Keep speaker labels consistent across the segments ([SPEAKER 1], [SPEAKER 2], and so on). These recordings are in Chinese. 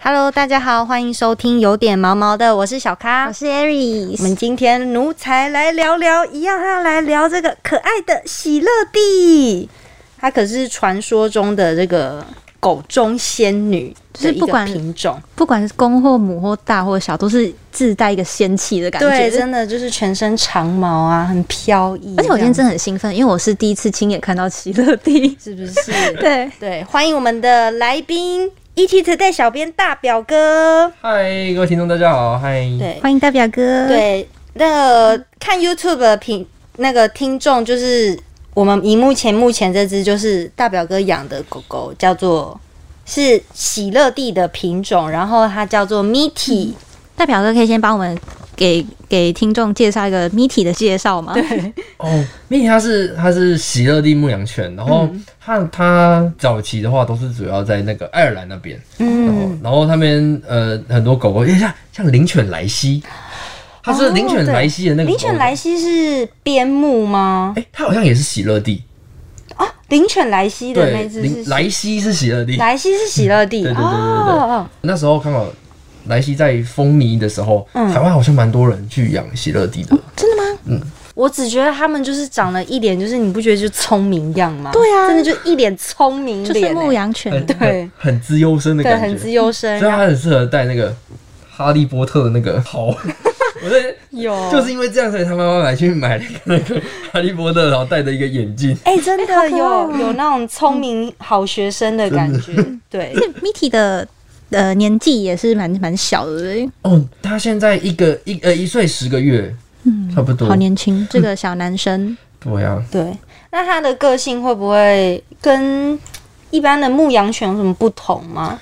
[SPEAKER 1] Hello，大家好，欢迎收听有点毛毛的，我是小
[SPEAKER 2] 我
[SPEAKER 1] 咖。
[SPEAKER 2] 是
[SPEAKER 1] 我
[SPEAKER 2] Aries，
[SPEAKER 1] 们今天奴才来聊聊，一样要来聊这个可爱的喜乐蒂，它可是传说中的这个狗中仙女，
[SPEAKER 2] 就是不管
[SPEAKER 1] 品种，
[SPEAKER 2] 不管是公或母或大或小，都是自带一个仙气的感觉。
[SPEAKER 1] 对，
[SPEAKER 2] 就是
[SPEAKER 1] 真的就是全身长毛啊，很飘逸。
[SPEAKER 2] 而且我今天
[SPEAKER 1] 这
[SPEAKER 2] 真
[SPEAKER 1] 样
[SPEAKER 2] 的很兴奋，因为我是第一次亲眼看到喜乐蒂。
[SPEAKER 1] 是不是？
[SPEAKER 2] 对，
[SPEAKER 1] 对，欢迎我们的来宾 ET Today 小编大表哥。
[SPEAKER 3] 嗨，各位听众，大家好。嗨，
[SPEAKER 1] 对
[SPEAKER 2] 欢迎大表哥。，
[SPEAKER 1] 对，那个看 YouTube 的品那个听众就是我们荧幕前目前这只就是大表哥养的狗狗，叫做是喜乐蒂的品种，然后它叫做 Mitty。
[SPEAKER 2] 大表哥可以先帮我们给给听众介绍一个 Mitty 的介绍吗？对，
[SPEAKER 3] 哦，蜜它是它是喜乐蒂牧羊犬，然
[SPEAKER 1] 嗯
[SPEAKER 3] 后它它早期的话都是主要在那个爱尔兰那边，然后
[SPEAKER 1] 嗯，
[SPEAKER 3] 然后他们呃很多狗狗，因为像像灵犬莱西，它是灵犬莱西的那个
[SPEAKER 1] 哦灵
[SPEAKER 3] 狗狗
[SPEAKER 1] 犬莱，西是边牧吗？
[SPEAKER 3] 哎，它好像也是喜乐蒂，
[SPEAKER 1] 哦，灵犬莱西的那
[SPEAKER 3] 哎对，
[SPEAKER 1] 只是
[SPEAKER 3] 灵
[SPEAKER 1] 喜
[SPEAKER 3] 莱西是喜乐蒂。
[SPEAKER 1] 莱西是喜乐蒂
[SPEAKER 3] 对对对对对
[SPEAKER 1] 哦，
[SPEAKER 3] 那时候刚好莱西在风靡的时候，
[SPEAKER 1] 嗯
[SPEAKER 3] 台湾好像蛮多人去养喜乐蒂的，
[SPEAKER 1] 真的吗？我只觉得他们就是长了一脸，就是你不觉得就聪明样吗？
[SPEAKER 2] 对啊
[SPEAKER 1] 真的就一脸聪明
[SPEAKER 2] 就
[SPEAKER 1] 脸
[SPEAKER 2] 是
[SPEAKER 1] 欸
[SPEAKER 2] 牧羊犬。
[SPEAKER 3] 很
[SPEAKER 1] 对
[SPEAKER 3] 很很资优生的
[SPEAKER 1] 对，
[SPEAKER 3] 感觉，啊
[SPEAKER 1] 很资优生，啊
[SPEAKER 3] 所
[SPEAKER 1] 然
[SPEAKER 3] 以他
[SPEAKER 1] 后
[SPEAKER 3] 很适合戴那个哈利波特的那个袍。 我在
[SPEAKER 1] 有
[SPEAKER 3] 就是因为这样，所以他妈妈买去买了一个那个哈利波特，然后戴的一个眼镜。
[SPEAKER 1] 哎、真的
[SPEAKER 2] 哎好可爱
[SPEAKER 1] 有、
[SPEAKER 2] 哦
[SPEAKER 1] 有那种聪明好学生的感觉， 对，
[SPEAKER 2] 这 Mitty 的呃年纪也是蛮蛮小的，对不
[SPEAKER 3] 哦，他现在一个一呃一岁十个月，嗯，差不
[SPEAKER 2] 对
[SPEAKER 3] 多。
[SPEAKER 2] 好年轻，这个小男生。
[SPEAKER 3] 对呀、啊，
[SPEAKER 1] 对。那它的个性会不会跟一般的牧羊犬有什么不同吗？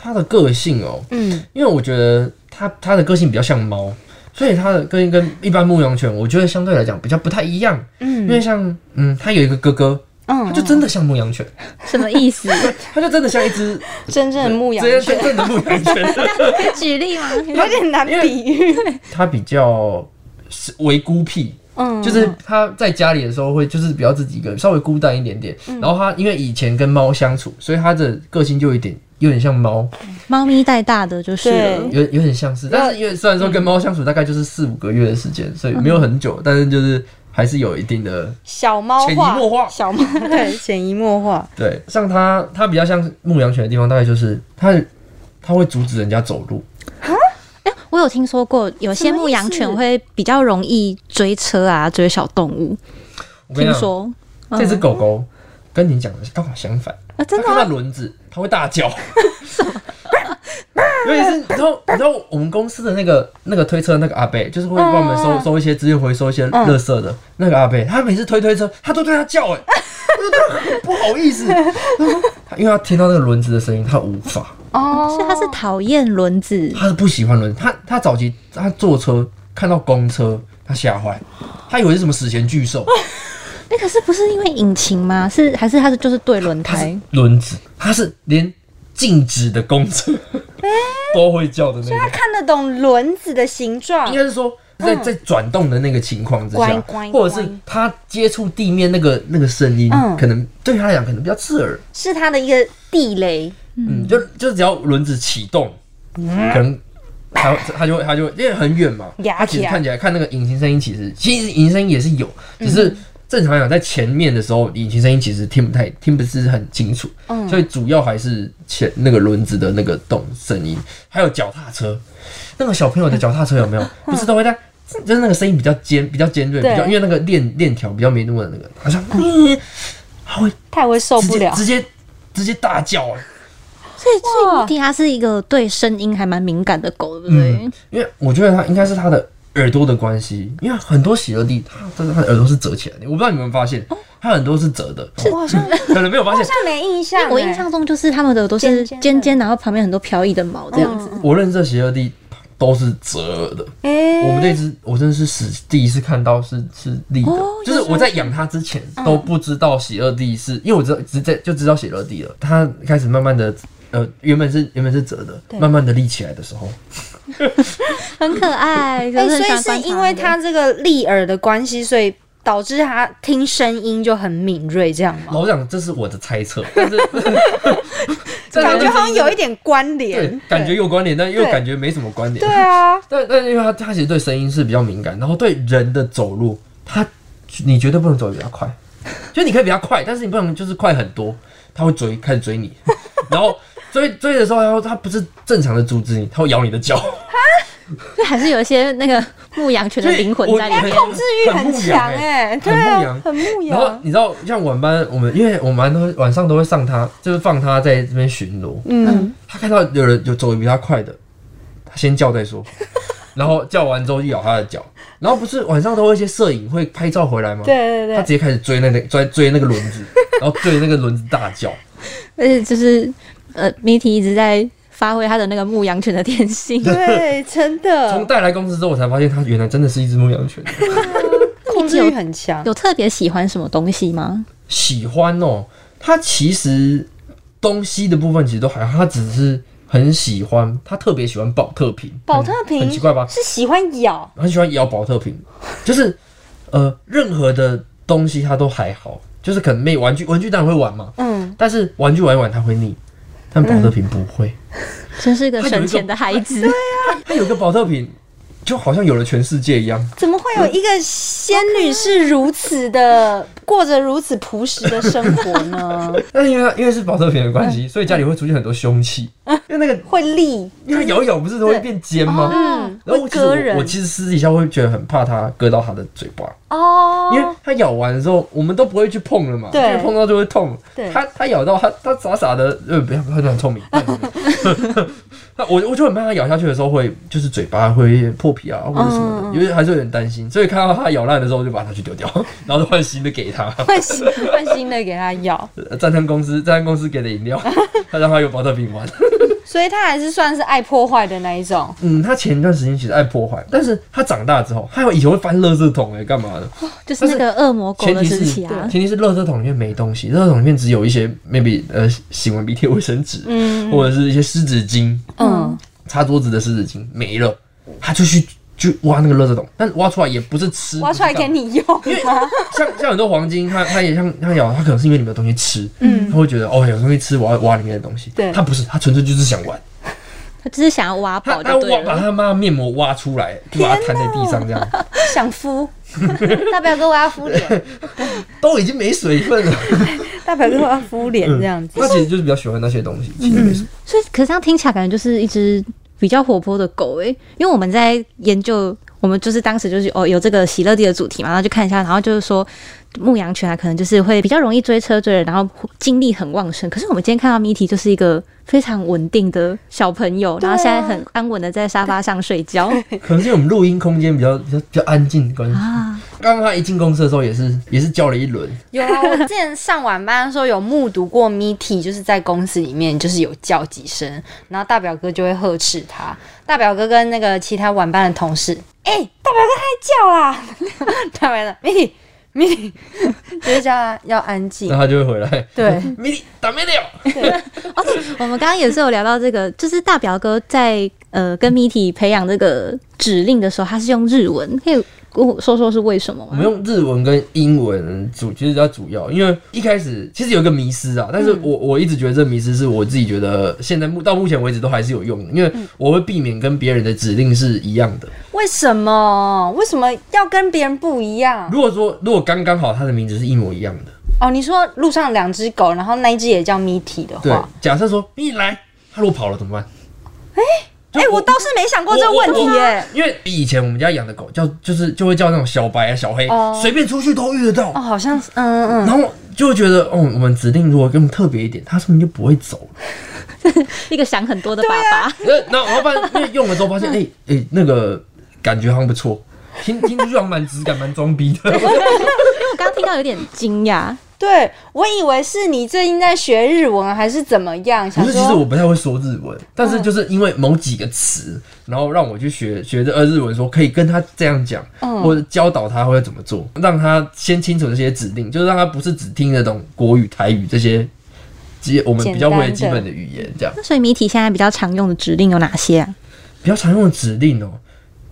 [SPEAKER 3] 他的个性哦，
[SPEAKER 1] 嗯，
[SPEAKER 3] 因为我觉得他他的个性比较像猫，所以他的个性跟一般牧羊犬，我觉得相对来讲比较不太一样。
[SPEAKER 1] 嗯
[SPEAKER 3] 因为像嗯，他有一个哥哥，
[SPEAKER 1] 嗯
[SPEAKER 3] 他就真的像牧羊犬，
[SPEAKER 2] 什么意思？
[SPEAKER 3] 他就真的像一只
[SPEAKER 1] 真正的牧羊
[SPEAKER 3] 真
[SPEAKER 1] 犬
[SPEAKER 3] 真正的牧羊犬。
[SPEAKER 2] 举例 吗？
[SPEAKER 1] 有点难比喻，
[SPEAKER 3] 他比较是为孤僻，
[SPEAKER 1] 嗯，
[SPEAKER 3] 就是他在家里的时候会就是比较自己一个人，稍微孤单一点点。
[SPEAKER 2] 嗯
[SPEAKER 3] 然后他因为以前跟猫相处，所以他的个性就有一点有点像猫，
[SPEAKER 2] 猫咪带大的就是了
[SPEAKER 1] 对。
[SPEAKER 3] 有有点像是，但是因为虽然说跟猫相处大概就是四五个月的时间，所以没有很久，但是就是还是有一定的
[SPEAKER 1] 小猫
[SPEAKER 3] 潜移
[SPEAKER 1] 化，
[SPEAKER 3] 默化
[SPEAKER 1] 小猫对潜移默化，
[SPEAKER 3] 对。像他，他比较像牧羊犬的地方，大概就是他他会阻止人家走路，
[SPEAKER 2] 哎、我有听说过，有些牧羊
[SPEAKER 1] 什么
[SPEAKER 2] 犬
[SPEAKER 1] 意思
[SPEAKER 2] 会比较容易追车啊，追小动物。
[SPEAKER 3] 我跟你
[SPEAKER 2] 听
[SPEAKER 3] 讲，
[SPEAKER 2] 说嗯
[SPEAKER 3] 这只狗狗跟你讲的是刚好相反。
[SPEAKER 2] 啊，真的
[SPEAKER 3] 它
[SPEAKER 2] 吗、
[SPEAKER 3] 看到轮子，它会 大叫。 尤其是你知道，你知道我们公司的那个那个推车那个阿贝，就是会帮我
[SPEAKER 2] 嗯
[SPEAKER 3] 们收收一些资源回收一些垃圾的那个阿贝，他每次推推车，他都对他叫哎，我就觉得很不好意思， 因为他听到那个轮子的声音，他无法，
[SPEAKER 1] 哦
[SPEAKER 2] 所以它是讨厌轮子，
[SPEAKER 3] 他是不喜欢轮子，他他早期他坐车看到公车，他吓坏，他以为是什么史前巨
[SPEAKER 2] 哦
[SPEAKER 3] 兽，
[SPEAKER 2] 那哎可是不是因为引擎吗？是还是它是就是对轮
[SPEAKER 3] 他是
[SPEAKER 2] 胎？
[SPEAKER 3] 轮子，他是连静止的公车 都会叫的那种。
[SPEAKER 1] 看得懂轮子的形状
[SPEAKER 3] 应，该是说在在转动的那个情况之
[SPEAKER 1] 啊嗯乖
[SPEAKER 3] 下
[SPEAKER 1] 乖，
[SPEAKER 3] 或者是他接触地面那个那个声音
[SPEAKER 1] 嗯，
[SPEAKER 3] 可能对他来讲可能比较刺耳。
[SPEAKER 1] 是它的一个地雷，
[SPEAKER 3] 嗯，就就只要轮子启动，可能他他就会他就会因为很远嘛，
[SPEAKER 1] 呀
[SPEAKER 3] 他其实
[SPEAKER 1] 呀
[SPEAKER 3] 看起来看那个引擎声音，其实其实引擎声音也是有，只是。正常来讲，在前面的时候，引擎声音其实听不太听不是很清楚，所以主要还是前那个轮子的那个动声音，还有脚踏车，那个小朋友的脚踏车有没有？不是都会在，就是那个声音比较尖，比较尖锐，比
[SPEAKER 1] 对
[SPEAKER 3] 较因为那个链链条比较没那么那个，好像嗯，他会
[SPEAKER 1] 太会受
[SPEAKER 3] 直
[SPEAKER 1] 不
[SPEAKER 3] 接
[SPEAKER 1] 了。
[SPEAKER 3] 直接直接大叫、欸，
[SPEAKER 2] 所以所以
[SPEAKER 1] 哇
[SPEAKER 2] 目的它是一个对声音还蛮敏感的狗，对不对？
[SPEAKER 3] 嗯因为我觉得它应该是它的耳朵的关系，因为很多喜乐蒂，它真的它的耳朵是折起来的，我不知道你们有没有发现，它耳朵是折的，
[SPEAKER 1] 我好像好
[SPEAKER 3] 可能没有发现。
[SPEAKER 1] 像没印象欸，
[SPEAKER 2] 我印象中就是它们的都是
[SPEAKER 1] 尖尖的哦
[SPEAKER 2] 尖尖，然后旁边很多飘逸的毛这样子。
[SPEAKER 3] 我认识的喜乐蒂都是折耳的，
[SPEAKER 1] 哎，
[SPEAKER 3] 我们这只我真的是史第一次看到是是立的，就是我在养它之前
[SPEAKER 1] 嗯
[SPEAKER 3] 都不知道喜乐蒂是，因为我知道只在就知道喜乐蒂了，它开始慢慢的。呃，原本是原本是折的，慢慢的立起来的时候，
[SPEAKER 2] 很可爱，就
[SPEAKER 1] 哎、
[SPEAKER 2] 是很喜
[SPEAKER 1] 所
[SPEAKER 2] 欢
[SPEAKER 1] 以是
[SPEAKER 2] 观察
[SPEAKER 1] 因为
[SPEAKER 2] 的
[SPEAKER 1] 他这个立耳的关系，所以导致他听声音就很敏锐，这样吗？
[SPEAKER 3] 老实讲这是我的猜测，但是但
[SPEAKER 1] 感觉
[SPEAKER 3] 但
[SPEAKER 1] 好像有一点关联
[SPEAKER 3] 对，，感觉有关联，但又感觉没什么关联
[SPEAKER 1] 对。啊，
[SPEAKER 3] 但但因为他他其实对声音是比较敏感，然后对人的走路，他你绝对不能走得比他快， 就你可以比他快，但是你不能就是快很多，他会追，开始追你，然后追追的时候，然后他不是正常的阻止你，他会咬你的脚，
[SPEAKER 2] 就还是有一些那个牧羊犬的灵魂在里面。
[SPEAKER 3] 控制
[SPEAKER 1] 欲很强哎、对
[SPEAKER 3] 很牧
[SPEAKER 1] 啊
[SPEAKER 3] 羊，
[SPEAKER 1] 很牧
[SPEAKER 3] 然后
[SPEAKER 1] 羊，
[SPEAKER 3] 你知道，像晚班，我们因为我们晚都晚上都会上他，就是放他在这边巡逻。
[SPEAKER 1] 嗯，
[SPEAKER 3] 他看到有人有走得比他快的，他先叫 再说，然后叫完之后就咬他的脚，然后不是晚上都会一些摄影会拍照回来吗？
[SPEAKER 1] 对对
[SPEAKER 3] 他
[SPEAKER 1] 对
[SPEAKER 3] 直，接开始追那个追追那个轮 子，然后对那个轮子大叫，
[SPEAKER 2] 而且就是呃，Mitty 一直在发挥他的那个牧羊犬的天性。
[SPEAKER 1] 对，真
[SPEAKER 3] 从
[SPEAKER 1] 的
[SPEAKER 3] 带来公司之后，我才发现他原来真的是一只牧羊犬。
[SPEAKER 1] 控制欲很强，
[SPEAKER 3] 嗯
[SPEAKER 2] 有特别喜欢什么东西吗？
[SPEAKER 3] 喜欢哦，他其实东西的部分其实都还好，他只是很喜欢，他特别喜欢保特瓶。
[SPEAKER 1] 保特
[SPEAKER 3] 很
[SPEAKER 1] 瓶
[SPEAKER 3] 很奇怪吧？
[SPEAKER 1] 是喜欢咬，
[SPEAKER 3] 很喜欢咬保特瓶，就是呃，任何的东西它都还好，就是可能没有玩具，玩具当然会玩嘛，
[SPEAKER 1] 嗯，
[SPEAKER 3] 但是玩具玩一玩它会腻，但保特瓶不会。
[SPEAKER 2] 真是个省钱的孩 子。
[SPEAKER 3] 它有一个保特瓶，就好像有了全世界一样。
[SPEAKER 1] 怎么会有一个仙女是如此的过着如此朴实的生活 呢？
[SPEAKER 3] 但是因为它因为是保特瓶的关
[SPEAKER 1] 嗯
[SPEAKER 3] 系，所以家里会出现很多凶器，因为那个
[SPEAKER 1] 会利，
[SPEAKER 3] 因为咬一咬不是都会变尖吗？
[SPEAKER 1] 嗯，
[SPEAKER 3] 然
[SPEAKER 1] 会
[SPEAKER 3] 后我其实
[SPEAKER 1] 割
[SPEAKER 3] 我我
[SPEAKER 1] 人
[SPEAKER 3] 其实私底下会觉得很怕它割到它的嘴巴，
[SPEAKER 1] 哦
[SPEAKER 3] 因为它咬完的时候，我们都不会去碰了嘛，因
[SPEAKER 1] 对
[SPEAKER 3] 为碰到就会痛
[SPEAKER 1] 对。
[SPEAKER 3] 它它咬到它它傻傻的，呃，不要不要，它 很聪明。它很聪明那我我就很怕它咬下去的时候会就是嘴巴会破皮啊或者什
[SPEAKER 1] 嗯
[SPEAKER 3] 么的，因为还是有点担心，所以看到它咬烂的时候就把它去 丢掉，然后就换新的给它。
[SPEAKER 1] 换新换新的给他咬，
[SPEAKER 3] 呃赞叹公司赞叹公司给的饮 料，它让它有保特瓶玩。
[SPEAKER 1] 所以他还是算是爱破坏的那一种。
[SPEAKER 3] 嗯，它前一段时间其实爱破坏，但是它长大之后，它以前会翻垃圾桶哎、干嘛的？
[SPEAKER 2] 就是那个恶魔狗
[SPEAKER 3] 前
[SPEAKER 2] 的
[SPEAKER 3] 提
[SPEAKER 2] 时
[SPEAKER 3] 是
[SPEAKER 2] 期啊，
[SPEAKER 3] 前提是垃圾桶里面没东西，垃圾桶里面只有一些 maybe 呃洗完鼻涕的卫生纸，
[SPEAKER 1] 嗯
[SPEAKER 3] 或者是一些湿纸巾，
[SPEAKER 1] 嗯，
[SPEAKER 3] 擦桌子的湿纸巾没了，他就去去挖那个垃圾桶，但挖出来也不是吃，
[SPEAKER 1] 挖出来给
[SPEAKER 3] 不是
[SPEAKER 1] 你用吗？
[SPEAKER 3] 干嘛。 像像很多黄金，它它也像它咬，它可能是因为里面有东西吃，
[SPEAKER 1] 嗯
[SPEAKER 3] 它会觉得哦有东西吃，我要挖里面的东西。
[SPEAKER 1] 对
[SPEAKER 3] 它不是，它纯粹就是想玩，
[SPEAKER 2] 他只是想要挖
[SPEAKER 3] 它
[SPEAKER 2] 宝
[SPEAKER 3] 它
[SPEAKER 2] 就对
[SPEAKER 3] 挖把
[SPEAKER 2] 了。
[SPEAKER 3] 它妈的面膜挖出来，就把它摊在地上这样，
[SPEAKER 1] 想敷， 大表哥我要敷脸，
[SPEAKER 3] 都已经没水 分了。
[SPEAKER 1] 大表哥我要敷脸这样子。
[SPEAKER 3] 它其实就是比较喜欢那些东西，其
[SPEAKER 1] 嗯
[SPEAKER 3] 实没什么。
[SPEAKER 2] 所以，可是这样听起来感觉就是一只比较活泼的狗诶、因为我们在研究，我们就是当时就是哦有这个喜乐蒂的主题嘛，然后就看一下，然后就是说牧羊犬啊，可能就是会比较容易追车追人，然后精力很旺盛。可是我们今天看到 Miti 就是一个非常稳定的小朋友，然后现在很安稳的在沙发上睡觉
[SPEAKER 3] 可能是因为我们录音空间比较比较比较安静的关系。
[SPEAKER 2] 啊。
[SPEAKER 3] 刚刚他一进公司的时候，也是也是叫了一轮，
[SPEAKER 1] 有啊，我之前上晚班的时候有目睹过 Mitty，就是在公司里面就是有叫几声，然后大表哥就会呵斥他。大表哥跟那个其他晚班的同事，哎、大表哥他在叫啦， 大表哥 Mitty Mitty，就是叫他要安
[SPEAKER 3] 那
[SPEAKER 1] 静。
[SPEAKER 3] 他就会回来。
[SPEAKER 1] 对，
[SPEAKER 3] 米莉打没了，
[SPEAKER 2] 我们刚刚也是有聊到这个，就是大表哥在呃跟 Miti 培养这个指令的时候，他是用日文，可以跟我说说是为什么
[SPEAKER 3] 我们
[SPEAKER 2] 吗？
[SPEAKER 3] 用日文跟英文主，其实比较主要，因为一开始其实有一个迷失啊，但是我我一直觉得这迷失是我自己觉得现在目到目前为止都还是有用的，因为我会避免跟别人的指令是一样的。
[SPEAKER 1] 为什么？为什么要跟别人不一样？
[SPEAKER 3] 如果说如果刚刚好他的名字是一模一样的，
[SPEAKER 1] 哦，你说路上两只狗，然后那一只也叫 Mitty 的
[SPEAKER 3] 对
[SPEAKER 1] 话，，
[SPEAKER 3] 假设说米莉来，他如果跑了怎么办？
[SPEAKER 1] 哎、我倒是没想过这个问题耶、
[SPEAKER 3] 因为以前我们家养的狗叫就是就会叫那种小白啊、小黑
[SPEAKER 1] 哦，
[SPEAKER 3] 随便出去都遇得到
[SPEAKER 1] 哦，。好像是，嗯嗯嗯，
[SPEAKER 3] 然后就会觉得，哦，我们指定如果给我们特别一点，它是不是就不会走了？
[SPEAKER 2] 一个想很多的爸爸，
[SPEAKER 3] 那那然后发现，因为用了之后发现，哎、哎、那个感觉好像不错，听听出去好像蛮质感、蛮装逼的。
[SPEAKER 2] 因为我刚刚听到有点惊讶，
[SPEAKER 1] 对，我以为是你最近在学日文还是怎么样，想
[SPEAKER 3] 不是，其实
[SPEAKER 1] 说
[SPEAKER 3] 我不太会说日
[SPEAKER 2] 嗯
[SPEAKER 3] 文，但是就是因为某几个词，然后让我去学学着呃日文说可以跟他这样讲，
[SPEAKER 2] 嗯
[SPEAKER 3] 或者教导他会怎么做，让他先清楚这些指令，就是让他不是只听得懂国语、台语这些基我们比较会的基本的语言这样。
[SPEAKER 2] 那所以谜题现在比较常用的指令有哪些啊？
[SPEAKER 3] 比较常用的指令哦、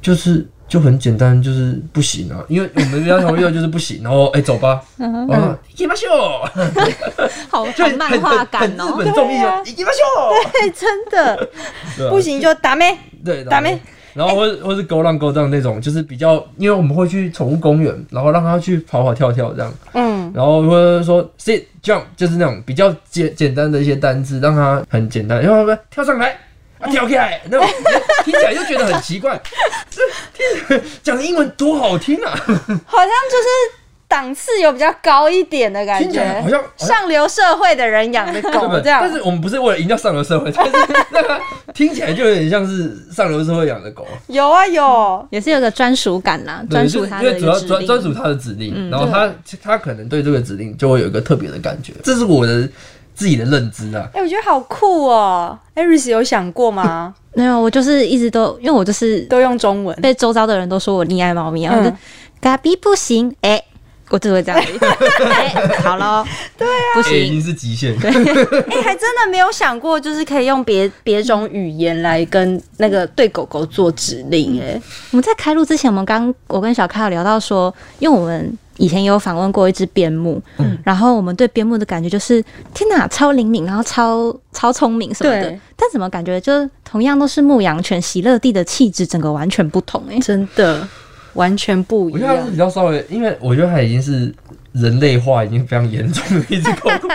[SPEAKER 3] 就是就很简单，就是不行啊，因为我们比较常遇到就是不行，然后哎、走吧，
[SPEAKER 2] 嗯
[SPEAKER 3] 啊，行吧秀，
[SPEAKER 2] 好
[SPEAKER 3] 就
[SPEAKER 2] 好
[SPEAKER 3] 很
[SPEAKER 2] 漫画感
[SPEAKER 3] 很
[SPEAKER 2] 哦
[SPEAKER 3] 很日。本综艺哦，行吧秀，
[SPEAKER 1] 对，真 的
[SPEAKER 3] 对啊
[SPEAKER 1] 不行就打咩？
[SPEAKER 3] 对，
[SPEAKER 1] 打咩？哎
[SPEAKER 3] 然后或是或是勾浪勾荡那种，就是比较，因为我们会去宠物公园，然后让它去跑跑跳跳这样，
[SPEAKER 1] 嗯，
[SPEAKER 3] 然后或者说 sit jump 就是那种比较简简单的一些单字，让它很简单，然后它跳上来。啊、跳起来，那种听起来就觉得很奇怪。 这听讲的英文多好听 啊，
[SPEAKER 1] 好像就是档次有比较高一点的感
[SPEAKER 3] 听起来好
[SPEAKER 1] 觉。
[SPEAKER 3] 像好像
[SPEAKER 1] 上流社会的人养的
[SPEAKER 3] 对
[SPEAKER 1] 狗
[SPEAKER 3] 不对
[SPEAKER 1] 这样
[SPEAKER 3] 但，是我们不是为了营造上流社会，但是让它听起来就有点像是上流社会养的狗，
[SPEAKER 1] 有啊有，
[SPEAKER 2] 也是有个专属感啦，专属他
[SPEAKER 3] 对
[SPEAKER 2] 的
[SPEAKER 3] 就
[SPEAKER 2] 一
[SPEAKER 3] 是因为
[SPEAKER 2] 个
[SPEAKER 3] 主要
[SPEAKER 2] 指
[SPEAKER 3] 专专
[SPEAKER 2] 令。嗯
[SPEAKER 3] 属它的指令，然后它它可能对这个指令就会有一个特别的感觉，这是我的自己的认知啊。
[SPEAKER 1] 哎，我觉得好酷哦。Aris 有想过吗？
[SPEAKER 2] 没有，我就是一直都，因为我就是
[SPEAKER 1] 都用中文，
[SPEAKER 2] 被周遭的人都说我溺爱猫咪啊，
[SPEAKER 1] 嗯
[SPEAKER 2] 我就嘎比不行，哎、我只会 这样而已，哎、好咯，对啊，不
[SPEAKER 3] 哎已经
[SPEAKER 2] 行，
[SPEAKER 3] 是极限，
[SPEAKER 1] 哎， 还真的没有想过，就是可以用别别种语言来跟那个对狗狗做指令，哎，
[SPEAKER 2] 我们在开录之前，我们刚我跟小咖有聊到说，因为我们以前也有访问过一只边牧，
[SPEAKER 3] 嗯
[SPEAKER 2] 然后我们对边牧的感觉就是天哪，超灵敏，然后超超聪明什么的
[SPEAKER 1] 对，
[SPEAKER 2] 但怎么感觉就是同样都是牧羊犬，喜乐蒂的气质整个完全不同哎、
[SPEAKER 1] 真的完全不
[SPEAKER 3] 我
[SPEAKER 1] 一
[SPEAKER 3] 觉得它是
[SPEAKER 1] 样
[SPEAKER 3] 比。较稍微，因为我觉得它已经是人类化已经非常严重的一只狗 狗，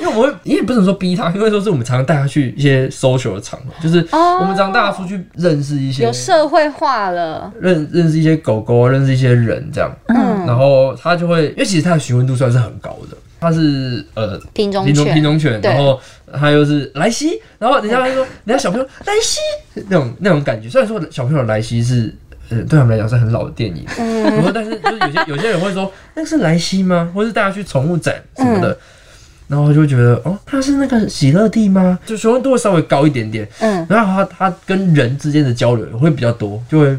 [SPEAKER 3] 因为我们会，因为不能说逼它，因为说是我们常常带它去一些 social 的场合，就是
[SPEAKER 1] 哦
[SPEAKER 3] 我们常带它出去认识一些
[SPEAKER 1] 有社会化了，
[SPEAKER 3] 认认识一些狗狗，认识一些人这样，
[SPEAKER 1] 嗯，
[SPEAKER 3] 然后它就会，因为其实它的询问度算是很高的，它是呃
[SPEAKER 1] 品种
[SPEAKER 3] 品种品
[SPEAKER 1] 犬，
[SPEAKER 3] 种犬，
[SPEAKER 1] 对
[SPEAKER 3] 然后它又是莱西，然后人家还说人家小朋友莱西那种那种感觉，虽然说小朋友莱西是。呃，对他们来讲是很老的电影，
[SPEAKER 1] 嗯
[SPEAKER 3] 然后但是就是有些有些人会说那是莱西吗？或是带他去宠物展什么
[SPEAKER 1] 嗯
[SPEAKER 3] 的，然后就会觉得哦，他是那个喜乐蒂吗？就询问度会稍微高一点点，
[SPEAKER 1] 嗯，
[SPEAKER 3] 然后他他跟人之间的交流会比较多，就会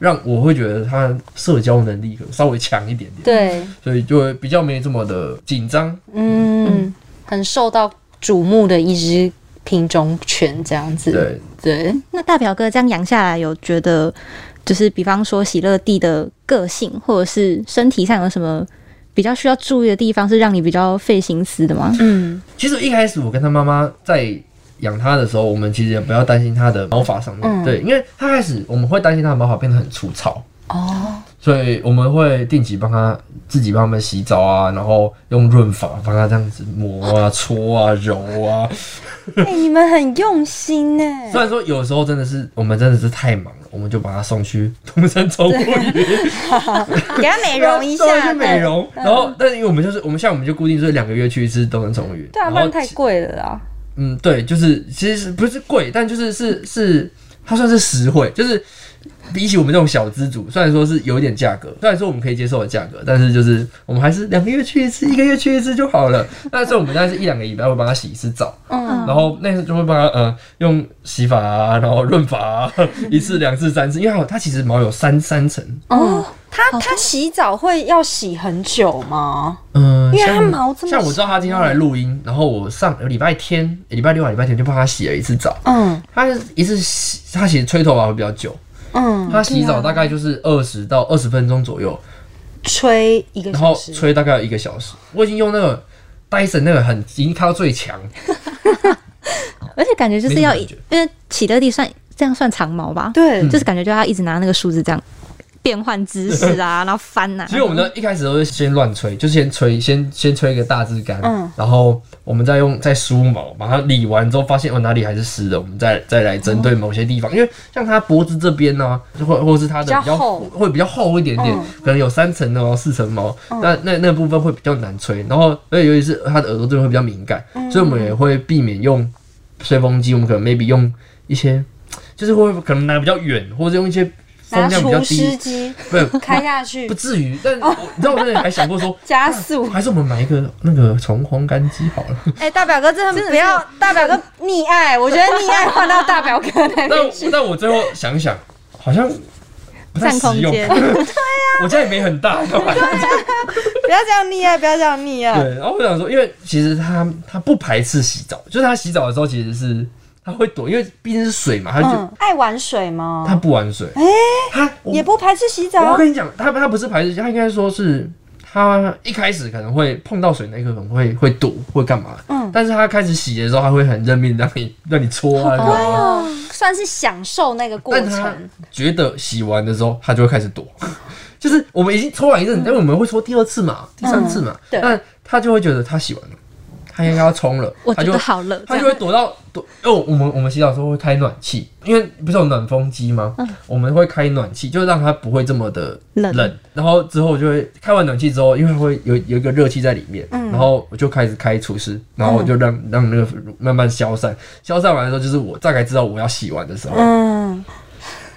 [SPEAKER 3] 让我会觉得他社交能力可能稍微强一点点，
[SPEAKER 1] 对，
[SPEAKER 3] 所以就会比较没这么的紧张。
[SPEAKER 1] 嗯，很受到瞩目的一只品种犬，这样子，
[SPEAKER 3] 对，
[SPEAKER 1] 对，
[SPEAKER 2] 那大表哥这样养下来，有觉得就是比方说喜乐蒂的个性，或者是身体上有什么比较需要注意的地方，是让你比较费心思的吗？
[SPEAKER 1] 嗯，
[SPEAKER 3] 其实一开始我跟他妈妈在养它的时候，我们其实也不要担心它的毛发上面，
[SPEAKER 1] 嗯
[SPEAKER 3] 对，因为它开始我们会担心它的毛发变得很粗糙，
[SPEAKER 1] 哦，
[SPEAKER 3] 所以我们会定期帮它自己帮它们洗澡啊，然后用润发帮它这样子磨啊、搓啊、揉 啊。
[SPEAKER 1] 哎、你们很用心欸呢，
[SPEAKER 3] 虽然说有时候真的是我们真的是太忙了，我们就把它 送去 东山宠物园。
[SPEAKER 1] 给它美容一
[SPEAKER 3] 稍微
[SPEAKER 1] 下，
[SPEAKER 3] 去美
[SPEAKER 1] 对，嗯
[SPEAKER 3] 容，然后但是因为我们就是我们像我们就固定就是两个月去一次东山宠物园，
[SPEAKER 1] 对啊，
[SPEAKER 3] 然
[SPEAKER 1] 不
[SPEAKER 3] 后
[SPEAKER 1] 然太贵了啊，
[SPEAKER 3] 嗯，对，就是其实是不是贵，但就是是是它算是实惠，就是比起我们这种小资主，虽然说是有一点价格，虽然说我们可以接受的价格，但是就是我们还是两个月去一次，一个月去一次就好了。那时候我们大概是一两个礼拜会帮它洗一次澡，
[SPEAKER 1] 嗯，
[SPEAKER 3] 然后那时候就会帮它呃用洗发啊，然后润发、啊、一次、两次、三次，因为它有它其实毛有三三层，
[SPEAKER 1] 哦，它它洗澡会要洗很久吗？
[SPEAKER 3] 嗯，
[SPEAKER 1] 因为它
[SPEAKER 3] 像
[SPEAKER 1] 毛这么
[SPEAKER 3] 像我知道他今天要来录音，然后我上礼拜天、礼拜六啊、礼拜天就帮他洗了一次澡。
[SPEAKER 1] 嗯
[SPEAKER 3] 他一次洗，他其实吹头发会比较久，
[SPEAKER 1] 嗯，
[SPEAKER 3] 他洗澡大概就是二十到二十分钟左右，
[SPEAKER 1] 吹一个
[SPEAKER 3] 然
[SPEAKER 1] 小
[SPEAKER 3] 后
[SPEAKER 1] 时，
[SPEAKER 3] 吹大概有一个小时。我已经用那个 Dyson 那个很已经开到最强，
[SPEAKER 2] 而且感觉就是要
[SPEAKER 3] 没
[SPEAKER 2] 一
[SPEAKER 3] 什么，
[SPEAKER 2] 因为喜乐蒂算这样算长毛吧，，
[SPEAKER 1] 对，
[SPEAKER 3] 嗯
[SPEAKER 2] 就是感觉就要一直拿那个梳子这样变换姿势 啊，然后翻啊。
[SPEAKER 3] 所以我们
[SPEAKER 1] 嗯
[SPEAKER 3] 呢一开始都是先乱吹，就先吹，先先吹一个大致干，
[SPEAKER 1] 嗯
[SPEAKER 3] 然后我们再用再梳毛，把它理完之后，发现哦哪里还是湿的，我们再再来针对某些地方，因为像它脖子这边呢、或或是它的
[SPEAKER 1] 哦比
[SPEAKER 3] 比
[SPEAKER 1] 较
[SPEAKER 3] 较
[SPEAKER 1] 厚
[SPEAKER 3] 会比较厚一点点，
[SPEAKER 1] 嗯
[SPEAKER 3] 可能有三层的哦，四层毛，那那那部分会比较难吹，然后而且尤其是它的耳朵这边会比较敏感，
[SPEAKER 1] 嗯
[SPEAKER 3] 所以我们也会避免用吹风机，我们可能 maybe 用一些，就是会可能拿比较远，或者用一些风
[SPEAKER 1] 拿
[SPEAKER 3] 量比较
[SPEAKER 1] 除湿
[SPEAKER 3] 低，
[SPEAKER 1] 机
[SPEAKER 3] 不是
[SPEAKER 1] 开下去
[SPEAKER 3] 不，至于，但我你知道我那里还想过说，
[SPEAKER 1] 加 速。
[SPEAKER 3] 还是我们买一个那个虫烘干机好了。
[SPEAKER 1] 哎、大表哥真的不要，大表哥溺爱，我觉得溺爱换到大表哥那
[SPEAKER 3] 但
[SPEAKER 1] 边
[SPEAKER 3] 我
[SPEAKER 1] 去。
[SPEAKER 3] 但我最后想想，好像不太
[SPEAKER 2] 占空
[SPEAKER 3] 实用。
[SPEAKER 2] 间 啊
[SPEAKER 3] 我家也没很大，你知道 吗？
[SPEAKER 1] 不要这样溺爱，不要这样溺爱。
[SPEAKER 3] 对，然后我想说，因为其实他他不排斥洗澡，就是他洗澡的时候其实是。它会躲，因为毕竟是水嘛，它就、
[SPEAKER 1] 嗯，爱玩水吗？
[SPEAKER 3] 它不玩
[SPEAKER 2] 哎
[SPEAKER 3] 水，它我
[SPEAKER 1] 也不排斥洗
[SPEAKER 3] 我
[SPEAKER 2] 啊
[SPEAKER 1] 澡啊
[SPEAKER 3] 跟你讲，它它不是排斥，它应该说是它一开始可能会碰到水那一刻可能会会躲，会干嘛？
[SPEAKER 1] 嗯
[SPEAKER 3] 但是它开始洗的时候，它会很认命，让你让你搓啊，然后
[SPEAKER 1] 哦，算是享受那个过
[SPEAKER 3] 但他
[SPEAKER 1] 程。
[SPEAKER 3] 觉得洗完的时候，他就会开始躲。 就是我们已经搓完一
[SPEAKER 2] 嗯
[SPEAKER 3] 阵，但我们会搓第二次嘛、第三次嘛，
[SPEAKER 1] 对
[SPEAKER 3] 那他就会觉得他洗完了，他应该要冲了，
[SPEAKER 2] 我
[SPEAKER 3] 他
[SPEAKER 2] 觉
[SPEAKER 3] 就
[SPEAKER 2] 得好了，
[SPEAKER 3] 他
[SPEAKER 2] 这
[SPEAKER 3] 就
[SPEAKER 2] 样
[SPEAKER 3] 会躲到躲。哦，我们我们洗澡的时候会开暖气，因为不是有暖风机吗？
[SPEAKER 2] 嗯
[SPEAKER 3] 我们会开暖气，就让它不会这么的
[SPEAKER 2] 冷
[SPEAKER 3] 然后之后就会开完暖气之后，因为它会有有一个热气在里面，
[SPEAKER 1] 嗯
[SPEAKER 3] 然后我就开始开除湿，然后我就让、让那个慢慢消散。消散完的时候，就是我大概知道我要洗完的时候，
[SPEAKER 1] 嗯，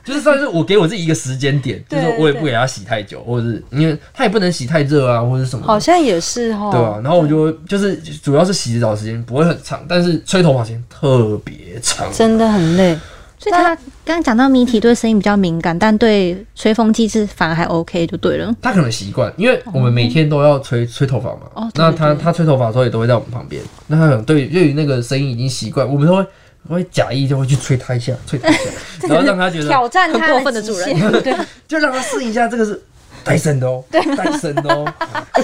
[SPEAKER 3] 就是算是我给我自己一个时间点，就
[SPEAKER 1] 对
[SPEAKER 3] 是我也不给它洗太久，或者是因为它也不能洗太热啊，或者是什么的。
[SPEAKER 1] 好像也是哦。
[SPEAKER 3] 对啊，然后我就就是主要是洗澡时间不会很长，但是吹头发时间特别长。
[SPEAKER 1] 真的很累。
[SPEAKER 2] 所以他刚刚讲到谜题对声音比较敏感，但对吹风机是反而还 OK 就对了。
[SPEAKER 3] 他可能习惯，因为我们每天都要吹吹头发嘛。
[SPEAKER 2] 哦对
[SPEAKER 3] 那他
[SPEAKER 2] 对对
[SPEAKER 3] 他吹头发的时候也都会在我们旁边，那他可能对于对于那个声音已经习惯，我们都会我会假意就会去吹他一下，吹他 一下，然后让他觉得，
[SPEAKER 1] 挑战他
[SPEAKER 2] 很过分的
[SPEAKER 1] 极
[SPEAKER 2] 主
[SPEAKER 1] 限，对，
[SPEAKER 3] 就让他试一下这个是戴森的哦，戴森的哦，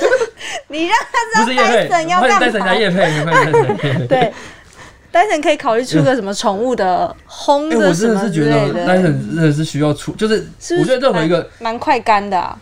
[SPEAKER 1] 你让
[SPEAKER 3] 不
[SPEAKER 1] 他
[SPEAKER 3] 是
[SPEAKER 1] 知
[SPEAKER 3] 叶
[SPEAKER 1] 道
[SPEAKER 3] 配，
[SPEAKER 1] 戴森要
[SPEAKER 3] 欢迎戴森
[SPEAKER 1] 干
[SPEAKER 3] 加
[SPEAKER 1] 嘛？
[SPEAKER 3] 叶配，没关系戴森叶配。
[SPEAKER 1] 对， 戴森可以考虑出个什么宠物的烘
[SPEAKER 3] 哎、
[SPEAKER 1] 着
[SPEAKER 3] 我
[SPEAKER 1] 什
[SPEAKER 3] 真的
[SPEAKER 1] 么
[SPEAKER 3] 是
[SPEAKER 1] 之
[SPEAKER 3] 觉
[SPEAKER 1] 类
[SPEAKER 3] 得戴
[SPEAKER 1] 的，
[SPEAKER 3] 森真的是需要出，就是
[SPEAKER 1] 是不是
[SPEAKER 3] 我觉得任何一个
[SPEAKER 1] 蛮蛮快干的啊。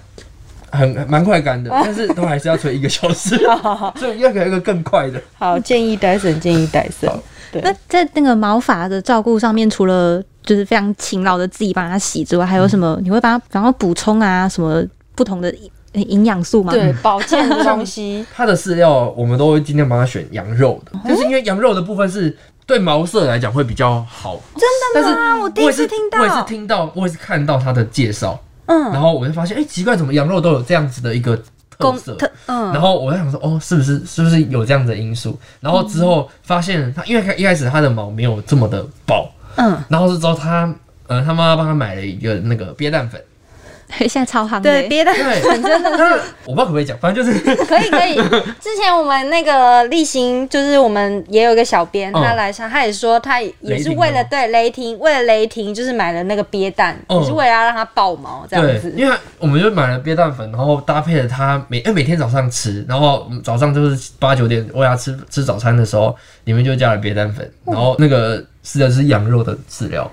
[SPEAKER 3] 很蛮 快干的，但是都还是要吹一个小时，
[SPEAKER 1] 哦
[SPEAKER 3] 所以要给一个更快的。
[SPEAKER 1] 好，建议戴森，建议戴森
[SPEAKER 3] 好。，
[SPEAKER 1] 对，
[SPEAKER 2] 那在那个毛发的照顾上面，除了就是非常勤劳的自己帮它洗之外，还有什么？你会帮它然后补充啊什么不同的营营养素吗？
[SPEAKER 1] 对保健的东西
[SPEAKER 3] 它的饲料我们都会尽量帮它选羊肉
[SPEAKER 1] 哦
[SPEAKER 3] 的，就是因为羊肉的部分是对毛色来讲会比较好。
[SPEAKER 1] 真的吗？哦我第一
[SPEAKER 3] 我也是
[SPEAKER 1] 次听到，
[SPEAKER 3] 我也是听到，我也是看到它的介绍，然
[SPEAKER 1] 嗯，
[SPEAKER 3] 后我就发现，哎、奇怪，怎么羊肉都有这样子的一个特色？
[SPEAKER 1] 特嗯
[SPEAKER 3] 然后我在想说，哦，是不是是不是有这样的因素？然后之后发现它，因为一开始它的毛没有这么的薄，
[SPEAKER 1] 嗯，
[SPEAKER 3] 然后是之后它，呃，他妈妈帮他买了一个那个鳖蛋粉，
[SPEAKER 2] 现在超夯的
[SPEAKER 1] 对，
[SPEAKER 2] 欸，
[SPEAKER 1] 别的
[SPEAKER 3] 对，真的我不知道可不可以讲，反正就是
[SPEAKER 1] 可以可以。之前我们那个例行，就是我们也有一个小编，
[SPEAKER 3] 嗯
[SPEAKER 1] 他来上，他也说他也是为
[SPEAKER 3] 雷霆
[SPEAKER 1] 了
[SPEAKER 3] 吗
[SPEAKER 1] 对雷霆，为了雷霆就是买了那个鳖蛋，
[SPEAKER 3] 嗯
[SPEAKER 1] 也是为了要让它爆毛这样
[SPEAKER 3] 对，
[SPEAKER 1] 子。
[SPEAKER 3] 因为我们就买了鳖蛋粉，然后搭配了它每哎每天早上吃，然后早上就是八九点喂它吃吃早餐的时候，里面就加了鳖蛋粉，
[SPEAKER 1] 嗯
[SPEAKER 3] 然后那个吃的是羊肉的饲 料，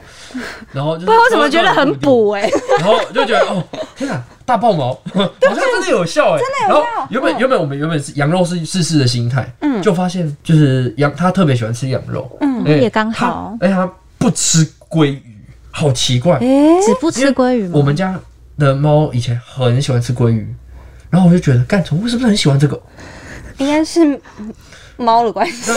[SPEAKER 3] 然后就是
[SPEAKER 1] 不知道为什么觉得很补哎、
[SPEAKER 3] 然后就觉得哦，天啊，大爆毛， 好像真的 有效哎，真
[SPEAKER 1] 的有效
[SPEAKER 3] 然后原本
[SPEAKER 1] 嗯
[SPEAKER 3] 原本我们原本是羊肉是试试的心态，
[SPEAKER 1] 嗯
[SPEAKER 3] 就发现就是羊，他特别喜欢吃羊肉，
[SPEAKER 1] 嗯
[SPEAKER 3] 哎
[SPEAKER 2] 也刚好
[SPEAKER 3] 他哎他不吃鲑鱼，好奇怪，
[SPEAKER 2] 只不吃鲑鱼吗？
[SPEAKER 3] 我们家的猫以前很喜欢吃鲑鱼。然后我就觉得，干宠物是不是很喜欢这个？
[SPEAKER 1] 应该是嗯猫的关系。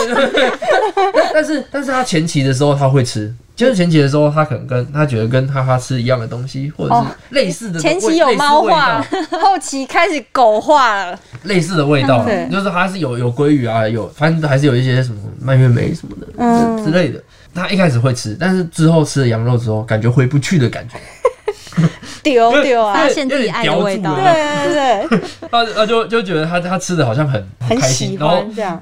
[SPEAKER 3] 但是，但是它前期的时候它会吃，就是前期的时候它可能跟它觉得跟哈哈吃一样的东西，或者
[SPEAKER 1] 哦
[SPEAKER 3] 是类似的味、
[SPEAKER 1] 前期有
[SPEAKER 3] 类似
[SPEAKER 1] 猫
[SPEAKER 3] 味道
[SPEAKER 1] 化，后期开始狗化了。
[SPEAKER 3] 类似的味道啊
[SPEAKER 1] 对，
[SPEAKER 3] 就是它是有有鲑鱼啊，有反正还是有一些什么蔓越莓什么的、
[SPEAKER 1] 嗯
[SPEAKER 3] 之之类的。它一开始会吃，但是之后吃了羊肉之后，感觉回不去的感觉，
[SPEAKER 1] 丢丢啊
[SPEAKER 2] 发！现自己爱的味道
[SPEAKER 3] 有点叼住
[SPEAKER 1] 对
[SPEAKER 3] 了那种
[SPEAKER 1] 对 对，
[SPEAKER 3] 它它就就觉得它它吃的好像很
[SPEAKER 1] 很
[SPEAKER 3] 开心，
[SPEAKER 1] 喜
[SPEAKER 3] 然后
[SPEAKER 1] 欢这样。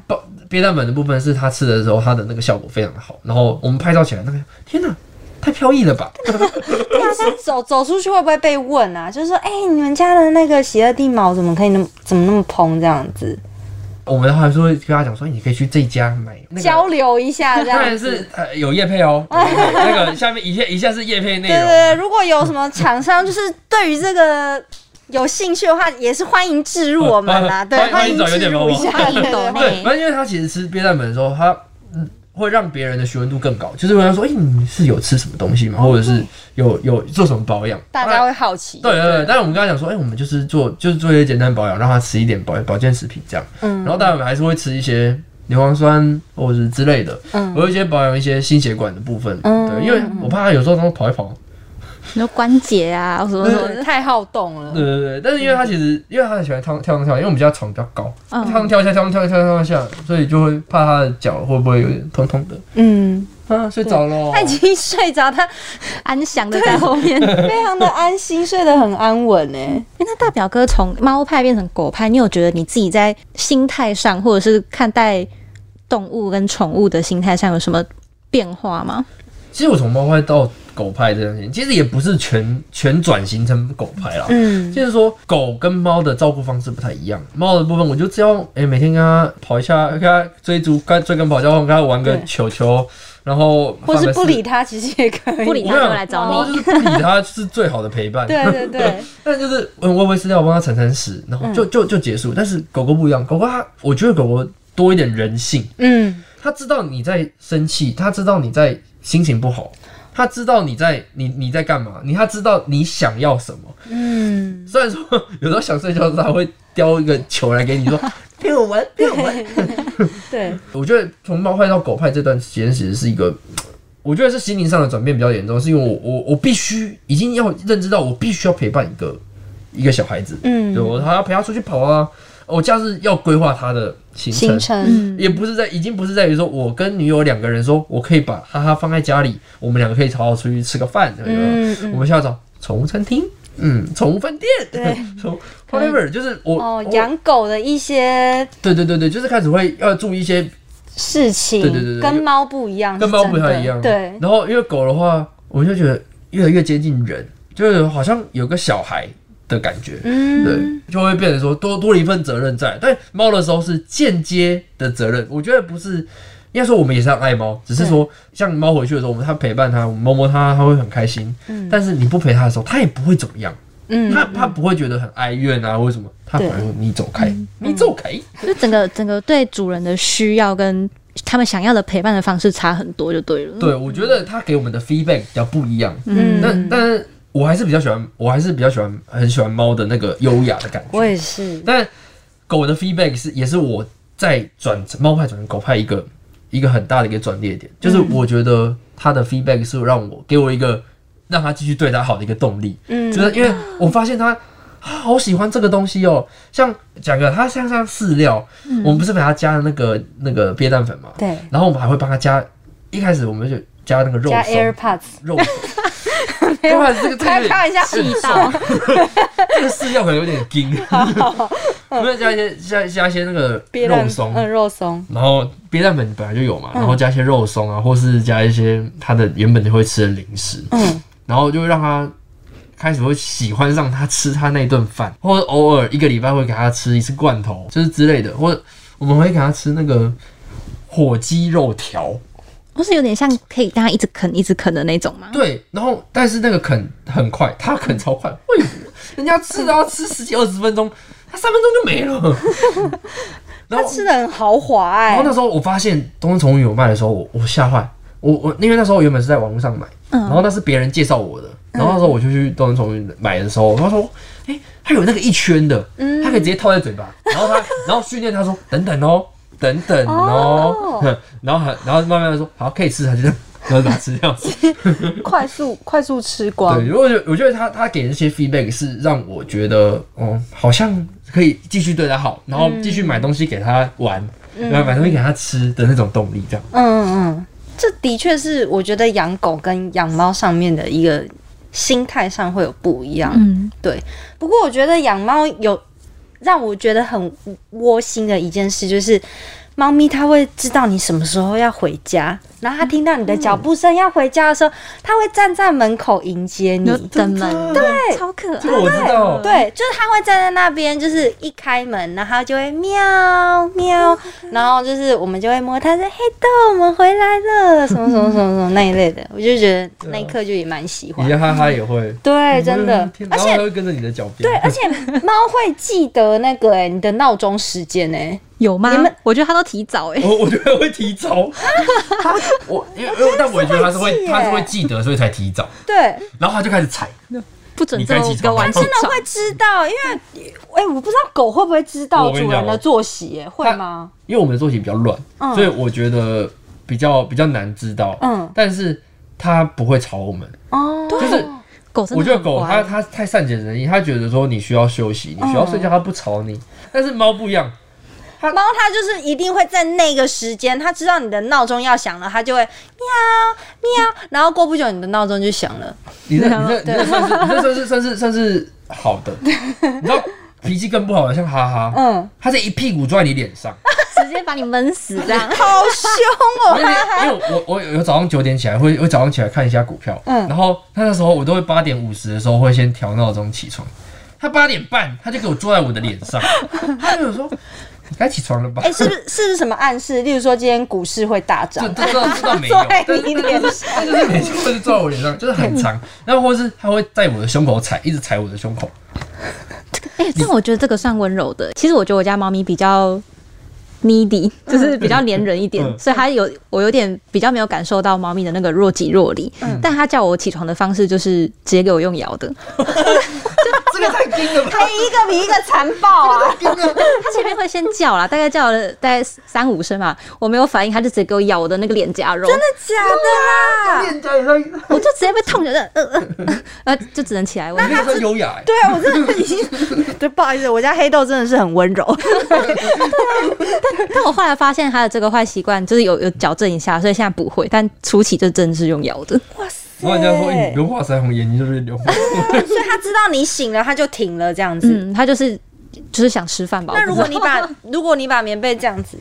[SPEAKER 3] 鳖蛋粉的部分是它吃的时候，它的那个效果非常的好。然后我们拍照起来，那个天哪，太飘逸了吧！
[SPEAKER 1] 大家啊走走出去会不会被问啊？就是说，哎、你们家的那个喜乐地毛怎么可以那么怎么那么蓬这样子？
[SPEAKER 3] 我们还是会跟他讲说，你可以去这一家买 那
[SPEAKER 1] 交
[SPEAKER 3] 个。哦
[SPEAKER 1] 流一下这
[SPEAKER 3] 当
[SPEAKER 1] 样
[SPEAKER 3] 然
[SPEAKER 1] 子。
[SPEAKER 3] 是呃有叶配哦，有业配那个下面一下一下是叶配内
[SPEAKER 1] 对对
[SPEAKER 3] 容，
[SPEAKER 1] 对，如果有什么厂商就是对于这个有兴趣的话，也是欢迎置入我们啦。
[SPEAKER 3] 嗯
[SPEAKER 1] 对
[SPEAKER 3] 欢，迎
[SPEAKER 1] 欢
[SPEAKER 3] 欢迎找有
[SPEAKER 1] 置
[SPEAKER 3] 点毛
[SPEAKER 1] 入一
[SPEAKER 3] 毛
[SPEAKER 1] 下，
[SPEAKER 2] 欢迎
[SPEAKER 1] 对
[SPEAKER 2] 抖
[SPEAKER 1] 对
[SPEAKER 2] 内
[SPEAKER 1] 对
[SPEAKER 3] 对，反正因为他其实吃鳖蛋粉的时候，他嗯会让别人的询问度更高，就是会说，哎、你是有吃什么东西吗？或者是有有做什么保养？
[SPEAKER 1] 大家会好奇。
[SPEAKER 3] 对对对，但是我们刚才讲说，哎、我们就是做就是做一些简单保养，让他吃一点保保健食品这样。
[SPEAKER 1] 嗯
[SPEAKER 3] 然后当然我们还是会吃一些牛磺酸或者是之类的，
[SPEAKER 1] 嗯
[SPEAKER 3] 我有一些保养一些心血管的部分，
[SPEAKER 1] 嗯
[SPEAKER 3] 对，因为我怕他有时候他跑一跑，
[SPEAKER 2] 你说关节啊什么什么
[SPEAKER 1] 对，太好动了。
[SPEAKER 3] 对对对，但是因为他其实因为他很喜欢跳跳跳跳，因为我们家床比较高，
[SPEAKER 2] 嗯
[SPEAKER 3] 跳上跳下跳上跳下跳上跳下，所以就会怕他的脚会不会有点痛痛的。
[SPEAKER 1] 嗯，
[SPEAKER 3] 啊，睡着了。
[SPEAKER 1] 他已经睡着，他
[SPEAKER 2] 安详的在后面。哎
[SPEAKER 1] 非常的安心，睡得很安稳欸呢、
[SPEAKER 2] 那大表哥从猫派变成狗派，你有觉得你自己在心态上，或者是看待动物跟宠物的心态上有什么变化吗？
[SPEAKER 3] 其实我从猫派到狗派这件事情，其实也不是全全转型成狗派啦。
[SPEAKER 1] 嗯，
[SPEAKER 3] 就是说，狗跟猫的照顾方式不太一样。猫的部分，我就只要哎、诶每天跟它跑一下，跟它追逐、跟它追赶跑一下，或跟它玩个
[SPEAKER 1] 对
[SPEAKER 3] 球球，然后
[SPEAKER 1] 或
[SPEAKER 3] 放
[SPEAKER 1] 是
[SPEAKER 3] 个
[SPEAKER 1] 不
[SPEAKER 3] 饲
[SPEAKER 1] 理他，其实也可以。
[SPEAKER 2] 不理它
[SPEAKER 3] 我
[SPEAKER 2] 就
[SPEAKER 3] 想
[SPEAKER 2] 会来找
[SPEAKER 3] 猫
[SPEAKER 2] 你。
[SPEAKER 3] 就是不理它是最好的陪 伴。
[SPEAKER 1] 对对对，
[SPEAKER 3] 但就是嗯，喂喂饲料，帮它铲铲屎，然后
[SPEAKER 1] 嗯
[SPEAKER 3] 就就就结束。但是狗狗不一样，狗狗它，我觉得狗狗多一点人性，
[SPEAKER 1] 嗯，
[SPEAKER 3] 它知道你在生气，它知道你在心情不好，它知道你在你你在干嘛，你它知道你想要什么。
[SPEAKER 1] 嗯，
[SPEAKER 3] 虽然说有时候想睡觉的时候，它会叼一个球来 给你说陪我玩，陪我玩。
[SPEAKER 1] 对，
[SPEAKER 3] 我觉得从猫派到狗派这段时间，其实是一个，我觉得是心灵上的转变比较严重，是因为我我我必须已经要认知到，我必须要陪伴一个一个小孩子，
[SPEAKER 1] 嗯
[SPEAKER 3] 对我还要陪他出去跑啊，我假日要规划他的行程
[SPEAKER 1] 行。程，
[SPEAKER 2] 嗯，
[SPEAKER 3] 也不是在，已经不是在于说我跟女友两个人说，我可以把哈哈放在家里，我们两个可以好好出去吃个饭，对吧
[SPEAKER 1] 嗯嗯
[SPEAKER 3] 我们需要找宠物餐厅，嗯，宠物饭店，
[SPEAKER 1] 对，
[SPEAKER 3] 宠 whatever，就是我
[SPEAKER 1] 哦，
[SPEAKER 3] 我
[SPEAKER 1] 养狗的一些
[SPEAKER 3] 对对对对，就是开始会要注意一些
[SPEAKER 1] 事情，
[SPEAKER 3] 对对对对
[SPEAKER 1] 跟猫不一样，
[SPEAKER 3] 跟猫不太一样。
[SPEAKER 1] 是真的对，
[SPEAKER 3] 然后因为狗的话，我就觉得越来越接近人，就是好像有个小孩的感觉。
[SPEAKER 1] 嗯，
[SPEAKER 3] 对，就会变成说多多了一份责任在。但猫的时候是间接的责任，我觉得不是。应该说我们也是很爱猫，只是说像猫回去的时候，我们它陪伴它，我们摸摸它，它会很开心。
[SPEAKER 1] 嗯
[SPEAKER 3] 但是你不陪它的时候，它也不会怎么样，
[SPEAKER 1] 嗯，
[SPEAKER 3] 它它不会觉得很哀怨啊，或者什么，它反而会你走开，你走开。
[SPEAKER 1] 嗯
[SPEAKER 2] 就整 个整个对主人的需要跟他们想要的陪伴的方式差很多，就对了。
[SPEAKER 3] 对，我觉得它给我们的 feedback 比较不一样。
[SPEAKER 1] 嗯
[SPEAKER 3] 但但我还是比较喜欢，我还是比较喜欢，很喜欢猫的那个优雅的感
[SPEAKER 1] 我
[SPEAKER 3] 觉。
[SPEAKER 1] 也是，
[SPEAKER 3] 但狗的 feedback 是也是我在转猫派转成狗派一个一个很大的一个转捩点，就是
[SPEAKER 1] 嗯
[SPEAKER 3] 我觉得它的 feedback 是让我给我一个让它继续对它好的一个动力，
[SPEAKER 1] 嗯
[SPEAKER 3] 就是因为我发现它。它好喜欢这个东西哦，像讲个它像像饲料，我们不是给它加了那个那个鳖蛋粉嘛，
[SPEAKER 1] 嗯对，
[SPEAKER 3] 然后我们还会帮它加，一开始我们就加那个肉
[SPEAKER 1] 加
[SPEAKER 3] 松
[SPEAKER 1] AirPods，
[SPEAKER 3] 肉松，哇，这个这个有
[SPEAKER 1] 开
[SPEAKER 3] 点
[SPEAKER 1] 开玩笑，
[SPEAKER 2] 到
[SPEAKER 3] 这个饲料可能有点硬， 没 有加一些加加一些那个
[SPEAKER 1] 别人
[SPEAKER 3] 肉松，
[SPEAKER 1] 嗯，肉松，
[SPEAKER 3] 然后鳖蛋粉本来就有嘛，然后加一些肉松啊，或是加一些它的原本就会吃的零食，
[SPEAKER 1] 嗯
[SPEAKER 3] 然后就会让它开始会喜欢上它吃它那顿饭，或者偶尔一个礼拜会给它吃一次罐头，就是之类的，或者我们会给它吃那个火鸡肉条，
[SPEAKER 2] 不是有点像可以让它一直啃、一直啃的那种吗？
[SPEAKER 3] 对，然后但是那个啃很快，它啃超快，喂，人家吃都要吃十几二十分钟，它三分钟就没了。 然
[SPEAKER 1] 它
[SPEAKER 3] 后，
[SPEAKER 1] 吃的很豪华
[SPEAKER 3] 然
[SPEAKER 1] 哎
[SPEAKER 3] 后，那时候我发现东森宠物有卖的时候，我我吓坏，我我因为那时候我原本是在网络上买，
[SPEAKER 2] 嗯
[SPEAKER 3] 然后那是别人介绍我的，然后那时候我就去东森宠物买的时候，他说，哎、它有那个一圈的，它可以直接套在嘴巴，然后它然后训练它说等等哦，等等哦，哼然后还然后慢慢的说好可以吃，它就这样，然后把它吃掉。
[SPEAKER 1] 快速快速吃光
[SPEAKER 3] 对，，如果觉我觉得他他给这些 feedback 是让我觉得，哦，好像可以继续对他好，然后
[SPEAKER 1] 嗯
[SPEAKER 3] 继续买东西给他玩，然后买东西给他吃的那种动力，这样。
[SPEAKER 1] 嗯嗯嗯，这的确是我觉得养狗跟养猫上面的一个心态上会有不一样，
[SPEAKER 2] 嗯，
[SPEAKER 1] 对，不过我觉得养猫有让我觉得很窝心的一件事，就是猫咪它会知道你什么时候要回家，然后它听到你的脚步声要回家的时候，它会站在门口迎接你
[SPEAKER 2] 有。等门，对，超可
[SPEAKER 3] 这个我知
[SPEAKER 2] 爱。
[SPEAKER 3] 道，
[SPEAKER 1] 对，就是它会站在那边，就是一开门，然后它就会喵喵，然后就是我们就会摸它说：“嘿豆，我们回来了，什么什么什么什么那一类的。”我就觉得那一刻就也蛮喜
[SPEAKER 3] 你
[SPEAKER 1] 欢
[SPEAKER 3] 家。哈哈也会，
[SPEAKER 1] 对，真的，
[SPEAKER 3] 天哪
[SPEAKER 1] 而
[SPEAKER 3] 然后
[SPEAKER 1] 且
[SPEAKER 3] 他会跟着你的脚边，
[SPEAKER 1] 对，而且猫会记得那个哎、你的闹钟时间哎、
[SPEAKER 2] 有吗
[SPEAKER 1] 你们？
[SPEAKER 2] 我觉得它都提早哎、
[SPEAKER 3] 我我觉得会提早，他我因为因为但我也觉得他是
[SPEAKER 1] 会
[SPEAKER 3] 会
[SPEAKER 1] 记
[SPEAKER 3] 他是
[SPEAKER 1] 耶
[SPEAKER 3] 会记得，所以才提早，
[SPEAKER 1] 对，
[SPEAKER 3] 然后他就开始踩，
[SPEAKER 2] 不准
[SPEAKER 3] 你
[SPEAKER 2] 这
[SPEAKER 3] 该
[SPEAKER 2] 么
[SPEAKER 3] 起
[SPEAKER 2] 给我
[SPEAKER 3] 床
[SPEAKER 2] 晚 起
[SPEAKER 1] 真的
[SPEAKER 2] 床。
[SPEAKER 1] 会知道，因为哎、我不知道狗会不会知道
[SPEAKER 3] 我跟你
[SPEAKER 1] 主
[SPEAKER 3] 讲
[SPEAKER 1] 人的
[SPEAKER 3] 哦
[SPEAKER 1] 作息、哎，会
[SPEAKER 3] 它
[SPEAKER 1] 吗？
[SPEAKER 3] 因为我们的作息比较乱，
[SPEAKER 1] 嗯
[SPEAKER 3] 所以我觉得比较比较难知道，
[SPEAKER 1] 嗯
[SPEAKER 3] 但是他不会吵我们。
[SPEAKER 1] 哦，
[SPEAKER 3] 就是
[SPEAKER 2] 狗真的
[SPEAKER 3] 我觉得
[SPEAKER 2] 很
[SPEAKER 3] 狗它
[SPEAKER 2] 乖
[SPEAKER 3] 它太善解人意，它觉得说你需要休息，你需要睡
[SPEAKER 2] 嗯
[SPEAKER 3] 觉，它不吵你。但是猫不一样，
[SPEAKER 1] 猫它就是一定会在那个时间，它知道你的闹钟要响了，它就会喵喵，然后过不久你的闹钟就响了。
[SPEAKER 3] 你这
[SPEAKER 2] 对啊
[SPEAKER 3] 你这你这算是你这算是算是算是好 的，你知道脾气更不好的像哈哈，
[SPEAKER 1] 嗯，
[SPEAKER 3] 它是一屁股坐在你脸上，
[SPEAKER 2] 直接把你闷死这样。
[SPEAKER 1] 好 凶
[SPEAKER 3] 因
[SPEAKER 1] 哦！
[SPEAKER 3] 为因为我我我有早上九点起来会，会早上起来看一下股票，
[SPEAKER 1] 嗯
[SPEAKER 3] 然后他那时候我都会八点五十的时候会先调闹钟起床，他八点半他就给我坐在我的脸上，他就有说 你该起床了吧
[SPEAKER 1] 哎、？是不是是不是什么暗示？例如说今天股市会大
[SPEAKER 3] 这
[SPEAKER 1] 涨，
[SPEAKER 3] 这这这倒没有
[SPEAKER 1] 坐，在
[SPEAKER 3] 但是
[SPEAKER 1] 你脸上，
[SPEAKER 3] 他就是每次会坐在我脸上，就是很长，然后或是他会在我的胸口踩，一直踩我的胸口，
[SPEAKER 2] 哎、但我觉得这个算温柔的。其实我觉得我家猫咪比较 needy，就是比较粘人一点，
[SPEAKER 3] 嗯
[SPEAKER 2] 所以它有我有点比较没有感受到猫咪的那个若即若离。但它叫我起床的方式就是直接给我用咬的。
[SPEAKER 3] 这个太硬了吧？
[SPEAKER 1] 哎，一个比一个残暴啊！
[SPEAKER 2] 它前面会先叫啦，大概叫了大概三五声嘛，我没有反应，它就直接给我咬我的那个脸颊肉，真的，
[SPEAKER 1] 假的啦！
[SPEAKER 3] 脸颊也太，
[SPEAKER 2] 我就直接被痛的，呃呃呃，呃，就只能起来。我
[SPEAKER 3] 你那个优雅欸，
[SPEAKER 1] 对啊，我真的已经 对，不好意思，我家黑豆真的是很温柔。
[SPEAKER 2] 但我后来发现它的这个坏习惯就是有有矫正一下，所以现在不会，但初期就真的是用咬的。
[SPEAKER 1] 哇塞！哦
[SPEAKER 3] 我跟人家说，哎，你刘化腮红眼睛就是 刘化腮红。
[SPEAKER 1] 所以他知道你醒了，他就停了这样子。
[SPEAKER 2] 嗯，它就是就是想吃饭吧。
[SPEAKER 1] 那
[SPEAKER 2] 我
[SPEAKER 1] 如
[SPEAKER 2] 不
[SPEAKER 1] 果
[SPEAKER 2] 知道
[SPEAKER 1] 你把如果你把棉被这样子，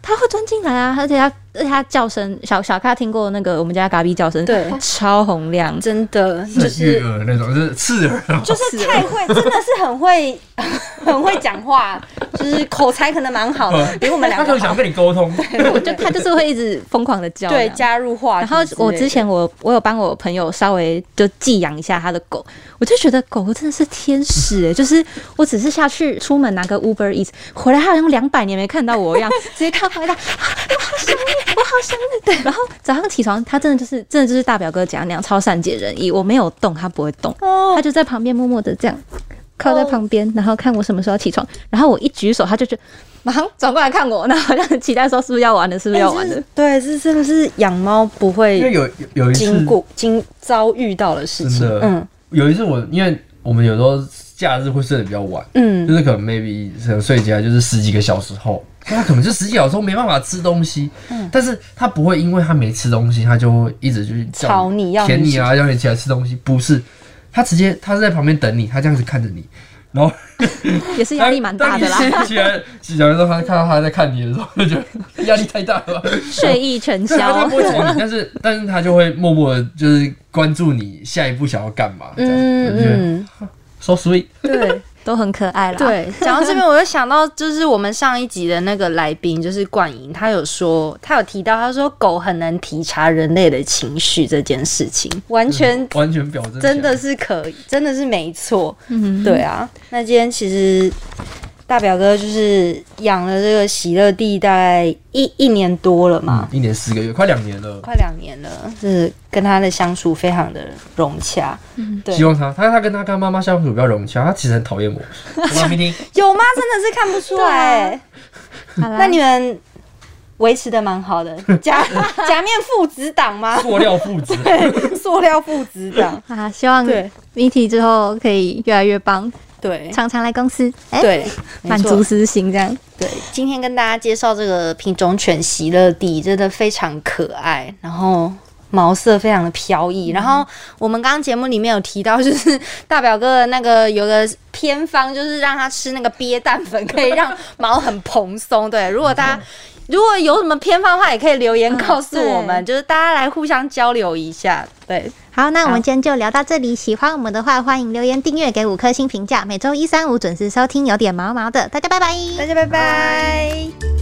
[SPEAKER 2] 它会钻进来啊，而且它而且它叫声，小小咖听过那个我们家嘎比叫声，
[SPEAKER 1] 对
[SPEAKER 2] 超洪亮。
[SPEAKER 1] 真的就
[SPEAKER 3] 很悦
[SPEAKER 1] 是
[SPEAKER 3] 耳那种，就是刺耳那种。
[SPEAKER 1] 就是太 会，真的是很会 很会讲话，就是口才可能蛮好的，比我们
[SPEAKER 3] 哦 他
[SPEAKER 1] 两
[SPEAKER 3] 可
[SPEAKER 1] 个
[SPEAKER 3] 能想
[SPEAKER 1] 好。
[SPEAKER 3] 跟你沟通，
[SPEAKER 2] 我就它就是会一直疯狂的叫。
[SPEAKER 1] 对，啊
[SPEAKER 2] 这样
[SPEAKER 1] 加入话
[SPEAKER 2] 然
[SPEAKER 1] 题
[SPEAKER 2] 后
[SPEAKER 1] 类的。
[SPEAKER 2] 我之前我我有帮我朋友稍微就寄养一下他的狗，我就觉得狗真的是天使、欸，就是我只是下去出门拿个 Uber Eats 回来，它好像两百年没看到我一样， 直接看回来，啊我好想你，我好想你。对，然后早上起床，它真的就是真的就是大表哥讲那样，超善解人意，我没有动，它不会动，
[SPEAKER 1] 哦
[SPEAKER 2] 它就在旁边默默的这样。靠在旁边，然后看我什么时候起床，然后我一举手，它就觉得马上转过来看我，然后好像很期待说是不是要玩了，是不
[SPEAKER 1] 哎
[SPEAKER 2] 是要
[SPEAKER 1] 这
[SPEAKER 2] 玩 了
[SPEAKER 1] 是。对，这真的是养猫不
[SPEAKER 3] 因为
[SPEAKER 1] 会
[SPEAKER 3] 有有一次
[SPEAKER 1] 经，过经遭遇到的事情
[SPEAKER 3] 真的。
[SPEAKER 1] 嗯
[SPEAKER 3] 有一次我因为我们有时候假日会睡得比较晚，就
[SPEAKER 1] 嗯，
[SPEAKER 3] 是可能 maybe 可能睡起来就是十几个小时后，那他可能就十几小时后没办法吃东西，但是他不会因为他没吃东西，他就会一直就是叫
[SPEAKER 1] 吵你要你
[SPEAKER 3] 舔你啊，要你起来吃东西，不是，他直接他是在旁边等你，他这样子看着你。然后
[SPEAKER 2] 也是压力蛮大的啦
[SPEAKER 3] 当。你起来起来的时候，他看到他在看你的时候，就觉得压力太大了吧。
[SPEAKER 2] 睡意全
[SPEAKER 3] 对，他
[SPEAKER 2] 消
[SPEAKER 3] 他。不会吵你，但是但是他就会默默的，就是关注你下一步想要干嘛。
[SPEAKER 1] 嗯
[SPEAKER 3] 嗯嗯
[SPEAKER 1] 嗯，
[SPEAKER 3] ，so sweet。
[SPEAKER 1] 对。
[SPEAKER 2] 都很可爱啦。，
[SPEAKER 1] 对，讲到这边，我就想到，就是我们上一集的那个来宾，就是冠莹，他有说，他有提到，他说狗很能体察人类的情绪这件事情，完全
[SPEAKER 3] 完全表征
[SPEAKER 1] 真的
[SPEAKER 3] 是
[SPEAKER 1] 是可以，真的是没错。嗯，对啊。那今天其实大表哥就是养了这个喜乐蒂大概一一年多了嘛，
[SPEAKER 3] 嗯一年四个月，快两年了。
[SPEAKER 1] 快两年了，是跟他的相处非常的融洽。对
[SPEAKER 3] 希望他，他他跟他跟妈妈相处比较融洽，他其实很讨厌我。我妈咪听，
[SPEAKER 1] 有吗？真的是看不出来、欸
[SPEAKER 2] 好啦
[SPEAKER 1] 那你们维持的蛮好 的，假假面父子档吗？
[SPEAKER 3] 塑料父子，
[SPEAKER 1] 塑料父子档，
[SPEAKER 2] 啊，希望
[SPEAKER 1] 对
[SPEAKER 2] Miki 之后可以越来越棒，
[SPEAKER 1] 对
[SPEAKER 2] 常常来公司，哎，
[SPEAKER 1] 对，
[SPEAKER 2] 满
[SPEAKER 1] 没错
[SPEAKER 2] 足私心这样。
[SPEAKER 1] 对，今天跟大家介绍这个品种犬席乐蒂，真的非常可爱，然后毛色非常的飘逸。然后我们刚刚节目里面有提到，就是大表哥的那个有个偏方，就是让他吃那个鳖蛋粉，可以让毛很蓬松。对，如果大家。如果有什么偏方的话，也可以留言告诉我们，
[SPEAKER 2] 对
[SPEAKER 1] 就是大家来互相交流一下。对，
[SPEAKER 4] 好，那我
[SPEAKER 1] 好
[SPEAKER 4] 们今天就聊到这里。喜欢我们的话，欢迎留言、订阅、给五颗星评价。每周一、三、五准时收听，有点毛毛的，大家拜拜。
[SPEAKER 1] 大家拜拜。